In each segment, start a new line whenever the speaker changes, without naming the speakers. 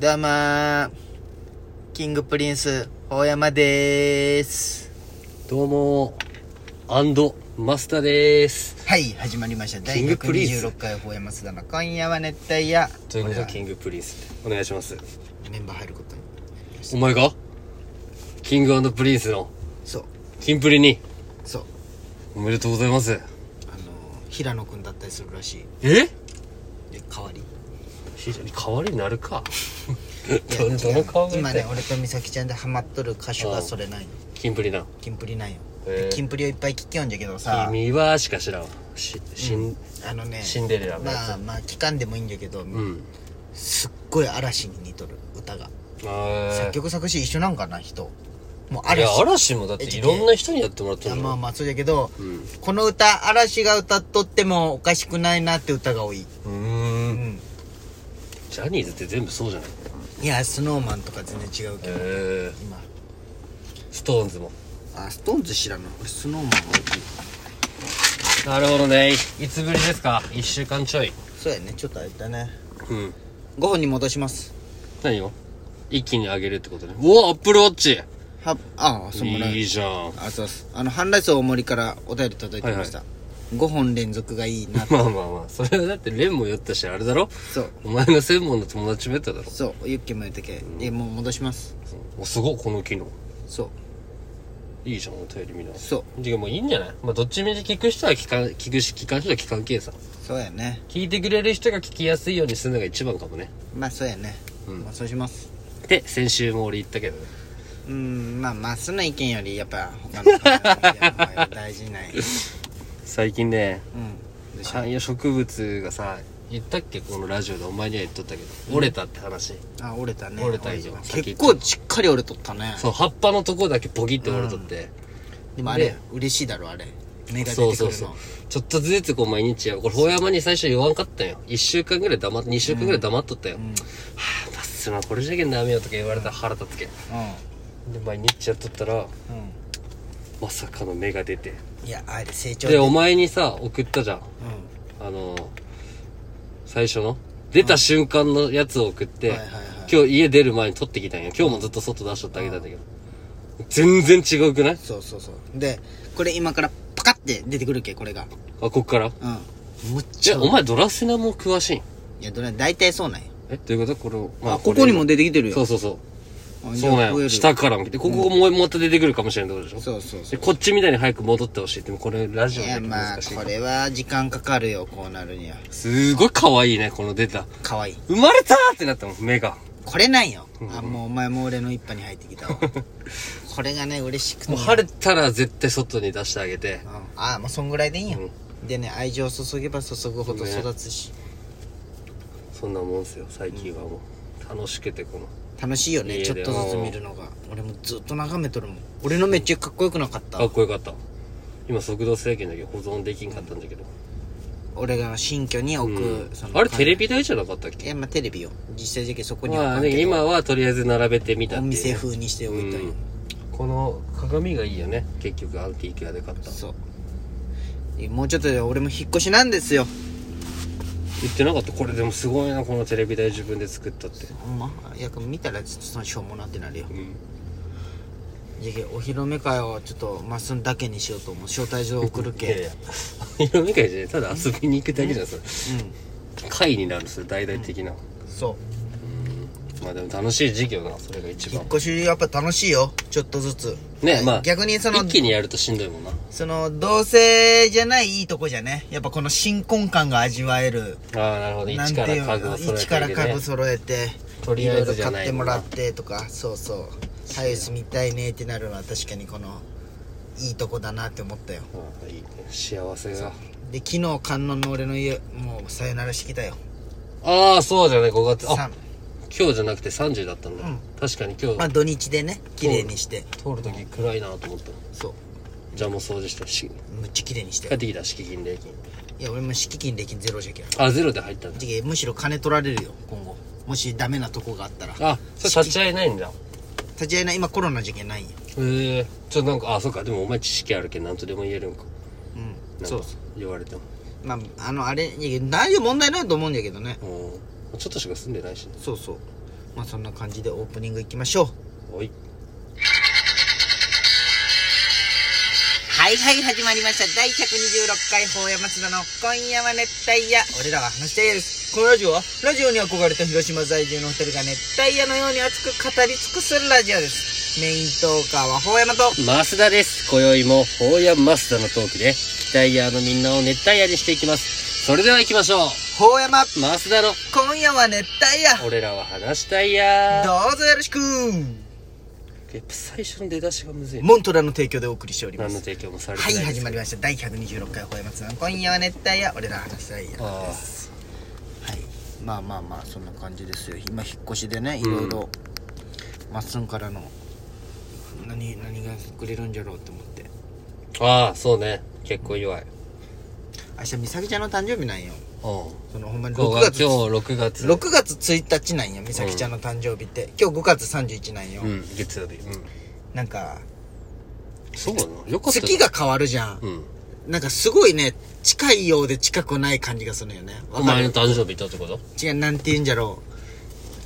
どうもーキングプリンス、大山でーす。
どうもアンドマスターです
はい、始まりました。第
キングプリンス
126回大山津玉。今夜は熱帯夜。
ということで
こ
キングプリンスお願いします
れはメンバー入ることに。
お前がキングプリンスの
そう、
キンプリに
そう。
おめでとうございます
あのー、平野くんだったりするらしい。
え
で、代わり。
非常に代わりになるか
いや
どどの顔
違う
見
今
て
ね、俺と美咲ちゃんでハマっとる歌手がそれないの。
キンプリな
キンプリなんよ。で
へー
キンプリをいっぱい聴きよんじゃけどさ。
君はしか知らんししん
あのね、
シンデレラのやつ
まあまあ、聞かんでもいいんじゃけど、
うん
すっごい嵐に似とる、歌が。
あ
作曲作詞一緒なんかな人もう
あいや
嵐
嵐もだっていろんな人にやってもらっ
い
て
や
る
まあ
の
まあそうだけど、
うん
この歌嵐が歌っとってもおかしくないなって歌が多い、
う
う
ーん
ん、
ジャニーズって全部そうじゃない
いやスノーマンとか全然違うけど、
えー
今
ストーンズも
あストーンズ知らんの俺スノーマンが多い
なるほどねいつぶりですか1週間ちょい
そうやねちょっとあれだね
うん
5本に戻します
何を一気に上げるってことね。おお、アップルウォッチ
はああそんなら
いいじゃん。
あそうそうあの半ライス大森からお便り届いてました、5本連続がいいな
まあまあまあ、それはだってレンも酔ったし、あれだろ
そう
お前の専門の友達もやっただろ
そうユッケも言ったけ、いやもう戻します
お、すごい、この機能。
そう
いいじゃん、お便り見ながら。。
そう
もういいんじゃないまあ、どっちみち聞く人は聞かん、聞くし、聞かん人は聞かんけえさ。
そうやね
聞いてくれる人が聞きやすいようにするのが一番かもね。
まあそうやね、まあそうします
で、先週も俺言ったけどね。
うんまあまっすぐの意見よりやっぱ他の考えの方が大事ない
最近ね、
うんでしょ
観葉植物がさ、言ったっけこのラジオでお前には言っとったけど。折れたって話。
あ折れたね
折れたよ
結構しっかり折れとったね
そう、葉っぱのとこだけポキって折れとって。
でもあれ、
ね
嬉しいだろあれ芽が出てくる
そ
の
うそうそうちょっとずつこう毎日やこれ法山に最初言わんかったんよ1週間ぐらい黙っ2週間ぐらい黙っとったよ、はあまっすぐなこれじゃけんダメよとか言われたら腹立つけんで毎日やっとったら
うん、うん
まさかの芽が出て
いやあれ成長
でお前にさ送ったじゃん
う
あのー最初の出た瞬間のやつを送って、
はいはいはい
今日家出る前に取ってきたんよ今日もずっと外出しとってあげたんだけど、全然違うくない
んそうそうそうでこれ今からパカって出てくるけこれが
あこっから
うんむっ
じ
ち
ゃ
ゃ
あお前ドラセナも詳しいん
いやどれ大体そうなんや
えどういうことこれを、
あここにも出てきてるよ
そうそうそう
あじ
そ
ゃあ
うなん
こ
よ。
より
下からも来て、ここもまた出てくるかもしれないってことでしょ
そうそうそ
で
う
こっちみたいに早く戻ってほしいって、もうこれラジオ
い
で
やまあ
難しい
こ。れは時間かかるよこうなるには
すごい可愛いね、この出た。
かわいい
生まれたーってなったもん、目が。
これなんよ、あもうお前も俺の一派に入ってき たわこれがね嬉しくて
もう晴れたら絶対外に出してあげて。
うんああもうそんぐらいでいいよ、でね愛情を注げば注ぐほど育つし、
そんなもんすよ、最近はもう。楽しくて、この。
楽しいよね
いい
ち
よ
ょっとずつ見るのが俺もずっと眺めとるもん俺のめっちゃかっこよくなかった、
かっこよかった。今速度制限だけど保存できんかったんだけど。
俺が新居に置く、その
あれテレビ台じゃなかったっ
い
け
やまあテレビよ実際的にそこには
ま
あ
あ
かんけ
ね、
ど
今はとりあえず並べてみた
お
っていう
店
ね。
風にしておいたんよ、
この鏡がいいよね。結局アンティーク屋で買った。
そうもうちょっとで俺も引っ越しなんですよ
言ってなかったこれでもすごいなこのテレビ台自分で作ったって
ほんまいや見たらちょっとそのしょうもなってなるよ
うん
じゃけお披露目会をちょっとまっすんだけにしようと思う招待状送る
いやい
け
や 色見会じゃないただ遊びに行くだけじゃんそれ会になるそれ大々的な
うんそう
まあでも楽しい事業なそれが一
引っ
番
越しやっぱ楽しいよちょっとずつ
ねまあ
逆にその
一気にやるとしんどいもんな
その同性じゃないいいとこじゃねやっぱこの新婚感が味わえる
ああなるほど
なん
一
て
か
い
ら
う
家具
の
を揃え
一
て
か
あ
ら
げ
家
てね
具揃えて
とりあえずじゃな
ろいろ買っ
い
ても
もん
らっ
な
てとかそうそうハウス見たいねってなるのは確かにこのいいとこだなって思ったよ
ああいいね幸せが
で昨日観音の俺の家もうさよならしてきたよ
ああそうじゃない5月あ
三
今日じゃなくて30だったんだ
うん
確かに今
まあ
日
土日でね綺麗にして
通る時暗いなと思った
そう
じゃあもう掃除してし
むっちゃ綺麗にして
帰ってきた敷金礼金
いや俺も敷金礼金ゼロじゃけん
あゼロで入ったんだ
じゃけむしろ金取られるよ今後もしダメなとこがあったら
あそれ立ち会えないんだ
立ち会いない今コロナじゃけんないんよ
へえちょっとなんかあそうかでもお前知識あるけん何とでも言えるんか
う
なんん
そう
か言われても
まああのあれいや大丈夫問題ないと思うんだけどね
うんちょっとしか住んでないしね
そうそうまあそんな感じでオープニングいきましょう
おい
はいはい始まりました第126回法山津田の「今夜は熱帯夜」俺らは話したいですこのラジオはラジオに憧れた広島在住の二人が熱帯夜のように熱く語り尽くすラジオですメイントーカーは法山と
増田です今宵も法や増田のトークで期待ヤーのみんなを熱帯夜にしていきますそれでは行きましょう
法山
増田の
今夜は熱帯夜
俺らは話したいやー
どうぞよろしく
やっぱ最初の出だしがむずいな
モントラの提供でお送りしておりま
何の
す
提供もされて
は
ない
い
です
始まりました第126回法山津田の「今夜は熱帯夜」俺らは話したい夜
あ
はい、まあまあまあそんな感じですよ今引っ越しでねいろいろまっすんからの何何がくれるんじゃろうと思って
ーあーそうね結構弱い
明日美咲ちゃんの誕生日なんよ
うん
そのほんまに
今
6
日が今
月
日6月
6月1日なんよ美咲ちゃんの誕生日って、今日5月31なんよ、
うん月曜日うん
なんか
そうなのよかった
月が変わるじゃん、
うん
なんかすごいね近いようで近くない感じがするのよねわ
お
か
前
る
の誕生日だってこと
違うなんて言うんじゃろ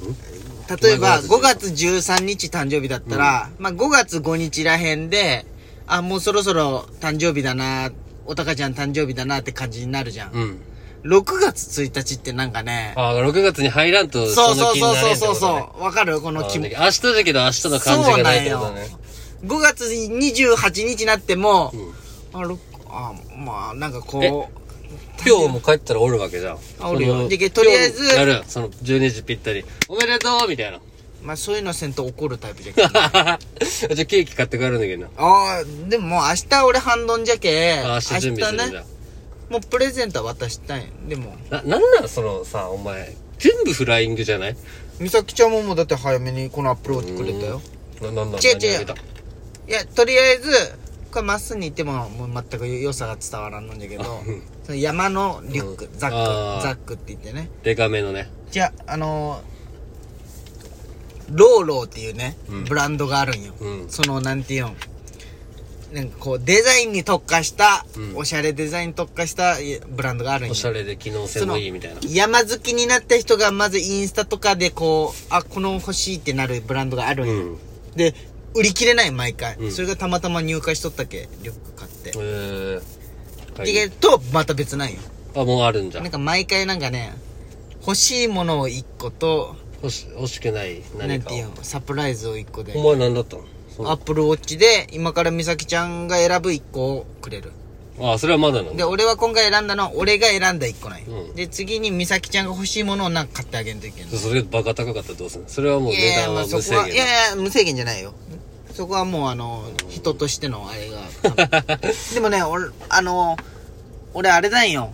う例えば
お
5
前
月13日誕生日だったら、まあ5月5日らへんであもうそろそろ誕生日だなおたかちゃん誕生日だなって感じになるじゃん、
うん
6月1日ってなんかね
ああ6月に入らんと
そ
そうの
そう
気に
そう
な
そ
れ
う
んって
そう
ことね
そうわかるこの気持ち
あー明日だけど明日の感じがないってことね
5月28日になっても、
ん
あろあまあなんかこう
今日も帰ったらおるわけじゃん
あおるよ
その
でとりあえず
今日やるその12時ぴったりおめでとうみたいな
まあそういうのせんと怒るタイプじゃけん
じゃあケーキ買って帰るんだけどな
ああでももう明日俺半ドンじゃけ
あー明日準備するんだ、
もうプレゼントは渡したいんでも
ななんなんそのさお前全部フライングじゃない
美咲ちゃんももうだって早めにこのアップロードくれたよ
ななん
違う違う
なん何あげた
いやとりあえずこれまっすぐに行ってももう全く良さが伝わらんのんだけどその山のリュック、
うん
ザッ
あ
ク
ー
ザックって言ってね
デカめのね
じゃああのーローローっていうね、
うん
ブランドがあるんよ、
うん
そのなんていうんなんかこうデザインに特化した、
うん
おしゃれデザインに特化したいブランドがあるんよ
おしゃれで機能性もいいみたいな
山好きになった人がまずインスタとかでこうあこの欲しいってなるブランドがあるん
う
よ、
ん
で売り切れない毎回、
うん
それがたまたま入荷しとったけリュック買って、
えーは
で
い、
とまた別なんよ
あもうあるんじゃ
なんか毎回なんかね欲しいものを1個と
欲し欲しくない
なん
何か
て
を
いうのサプライズを1個で
お前何だったのその
アップルウォッチで今から美咲ちゃんが選ぶ1個をくれる
ああそれはまだなの
で俺は今回選んだのは俺が選んだ1個なんよ、
うん
で次に美咲ちゃんが欲しいものをなんか買ってあげんといけない
それバカ高かったらどうするのそれはもう
い
値
やいや
段
ま
は
あ
無
そ
制
こはい
限だ
やいや無制限じゃないよそこはもうあの人としてのあれが でもね俺あの俺あれだんよ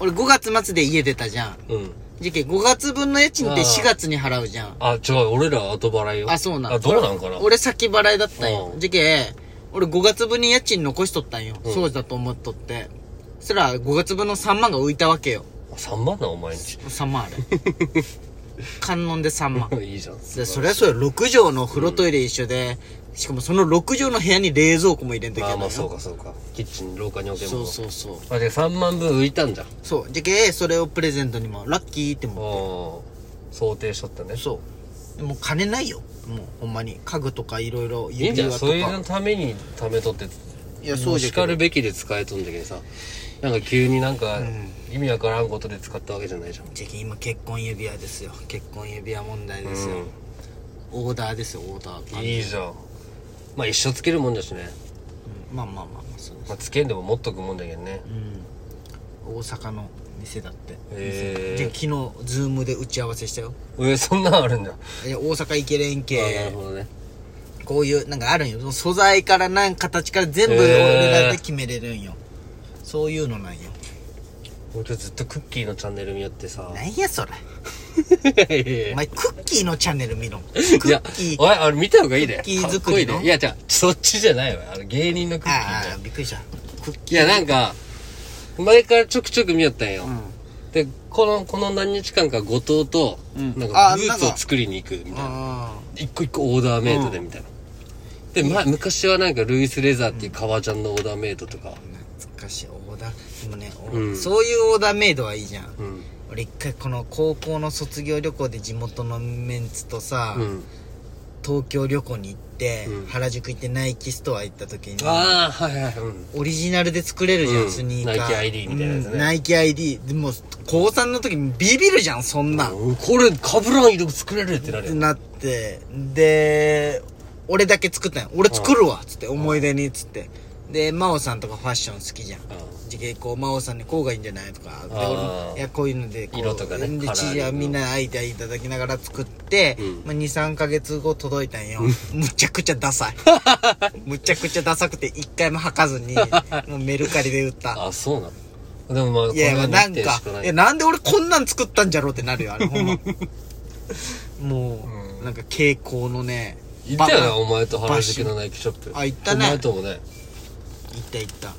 俺5月末で家出たじゃん
うん
じゃけ5月分の家賃って
ああ
4月に払うじゃん
あ違う俺ら後払いよ
あそうなん
あどうなんかな
俺先払いだったんよ
うん
じゃけ俺5月分に家賃残しとったんよ、
うん
そうだと思っとってそしたら5月分の3万が浮いたわけよ
3万なお前 んち
3万あれ 観音で3万
いいじゃん
でそれはそうよ6畳の風呂トイレ一緒で、しかもその6畳の部屋に冷蔵庫も入れんといけ
ま
な
あ
いのよ
まあそうかそうかキッチン廊下に置けば
そうそうそう
あで3万分浮いたんじゃんあ
そうじゃけそれをプレゼントにもラッキーっても
あ想定しとったね
そうでもう金ないよもうほんまに家具とかいろいろ
いいん
指
じゃ
輪
ん
とか
そういうのために貯めとって
いやそうじゃ
しか
けど
るべきで使えとんだけどさなんか急になんか意味わからんことで使ったわけじゃないじゃん
じゃけ今結婚指輪ですよ結婚指輪問題ですよ、
うん
オーダーですよオーダー
いいじゃんまあ一生つけるもんだしね、
うんまあまあまあまあそうです、
まあ、つけんでも持っとくもんだけどね
うん、大阪の店だって
へ
で
え
昨日ズームで打ち合わせしたよ
えそんなんあるんだ
いや大阪行けれんけ
あなるほどね
こういうなんかあるんよ素材からなん形から全部
へー
俺らで決めれるんよ、そういうのなんよ
俺今日ずっとクッキーのチャンネル見よってさ
なんやそれ
いやいやい
お
や
前クッキーのチャンネル見ろクッ
いや
キー
おいあれ見た方がいいで
クッキー
かっ
作
こい
り
い
の
でいや違うそっちじゃないわあの芸人のクッキー
あ
じゃ
あびっくりしたクッ
い
キー
やなんか前からちょくちょく見よったんよ、
う
でこのこの何日間か後藤と、
うん
なんか
あ
ブーツを作りに行くみたい
ん
な
あ
一個一個オーダーメイドでみたいな、で、ま、昔はなんかルイス・レザーっていう革ジャンのオーダーメイドとか
ー懐かしいオーダーでもね、お
うん
そういうオーダーメイドはいいじゃん
うん
俺一回この高校の卒業旅行で地元のメンツとさ、
うん。
東京旅行に行って、
うん
原宿行ってナイキストア行った時に
ああ、はいはい。うん。
オリジナルで作れるじゃん、
うん
スニーカー
ナイキ ID みたいなやつね
うんナイキ ID でも高3の時にビビるじゃんそんなん、
うんこれ、かぶらん色作れるってなるよ。
なってで俺だけ作ったんよ俺作るわっつって思い出にっつってで真央さんとかファッション好きじゃん
う
じゃけこう真央さんにこうがいいんじゃないとかで
あー
俺もいやこういうのでこう
色とかね
で
カラー
父はみんなアイデアいただきながら作って、
うん
まあ、23か月後届いたんよむちゃくちゃダ サいむちゃくちゃダサくて一回も履かずにもうメルカリで売った
あ、そうなのでもまあ、こ
いやいや
の
なん
日程
か
しない
やなんで俺こんなん作ったんじゃろうってなる よあれほんまもう、
うん
なんか蛍光のね
行ったよ
バ
な、お前と原宿のナイキショップ。
あ行ったね
お前ともね。
行った行った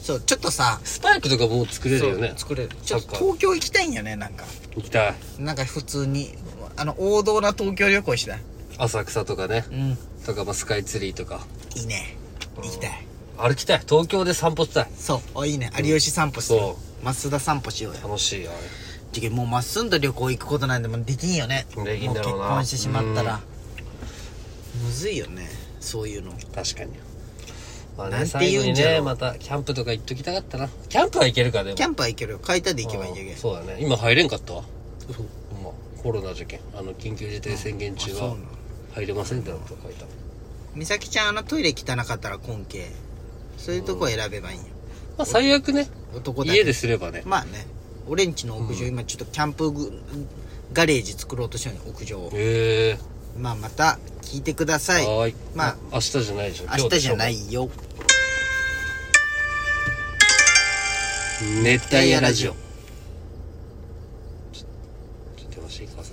そうちょっとさ
スパイクとかもう作れるよね
そう。作れるちょっと
なんか
東京行きたいんよねなんか
行きたい。
なんか普通にあの王道な東京旅行したい
浅草とかね。
うん
とか、まあ、スカイツリーとか。
いいね行きたい
歩きたい。東京で散歩したい。
そうおいいね有吉散歩しよ
そう
増田散歩しようよ
楽しいよ、あれ。
てけもうまっすんと旅行行くことなんでもうできんよね
できんだろう
も
な
結婚してしまった
う
らむずいよねそういうの
確かに。まあ
な
ね、
んて
最
言
後
うん
に
じゃろ
ね、
う
また、キャンプとか行っときたかったな。キャンプは行けるか、でも。
キャンプは行けるよ買いたで行けばいいんじゃけ
あーそうだね。今入れんかったわ。ほんまコロナじゃけん。あの、緊急事態宣言中
あそうな
は
の、
入れませんってなこと書いた。
美咲ちゃんあのトイレ汚かったら根茎そういうとこ選べばいいんよ
まあ、最悪ね、
男だけ
家ですればね。
まあね俺んちの屋上、今ちょっとキャンプグガレージ作ろうとしてるの屋上を
へえ。
まあまた聞いてください
はーい。
まあ
明日じゃないじゃん。
明日じゃな
今日でし
いよ
ょうが。熱帯夜ラジオ。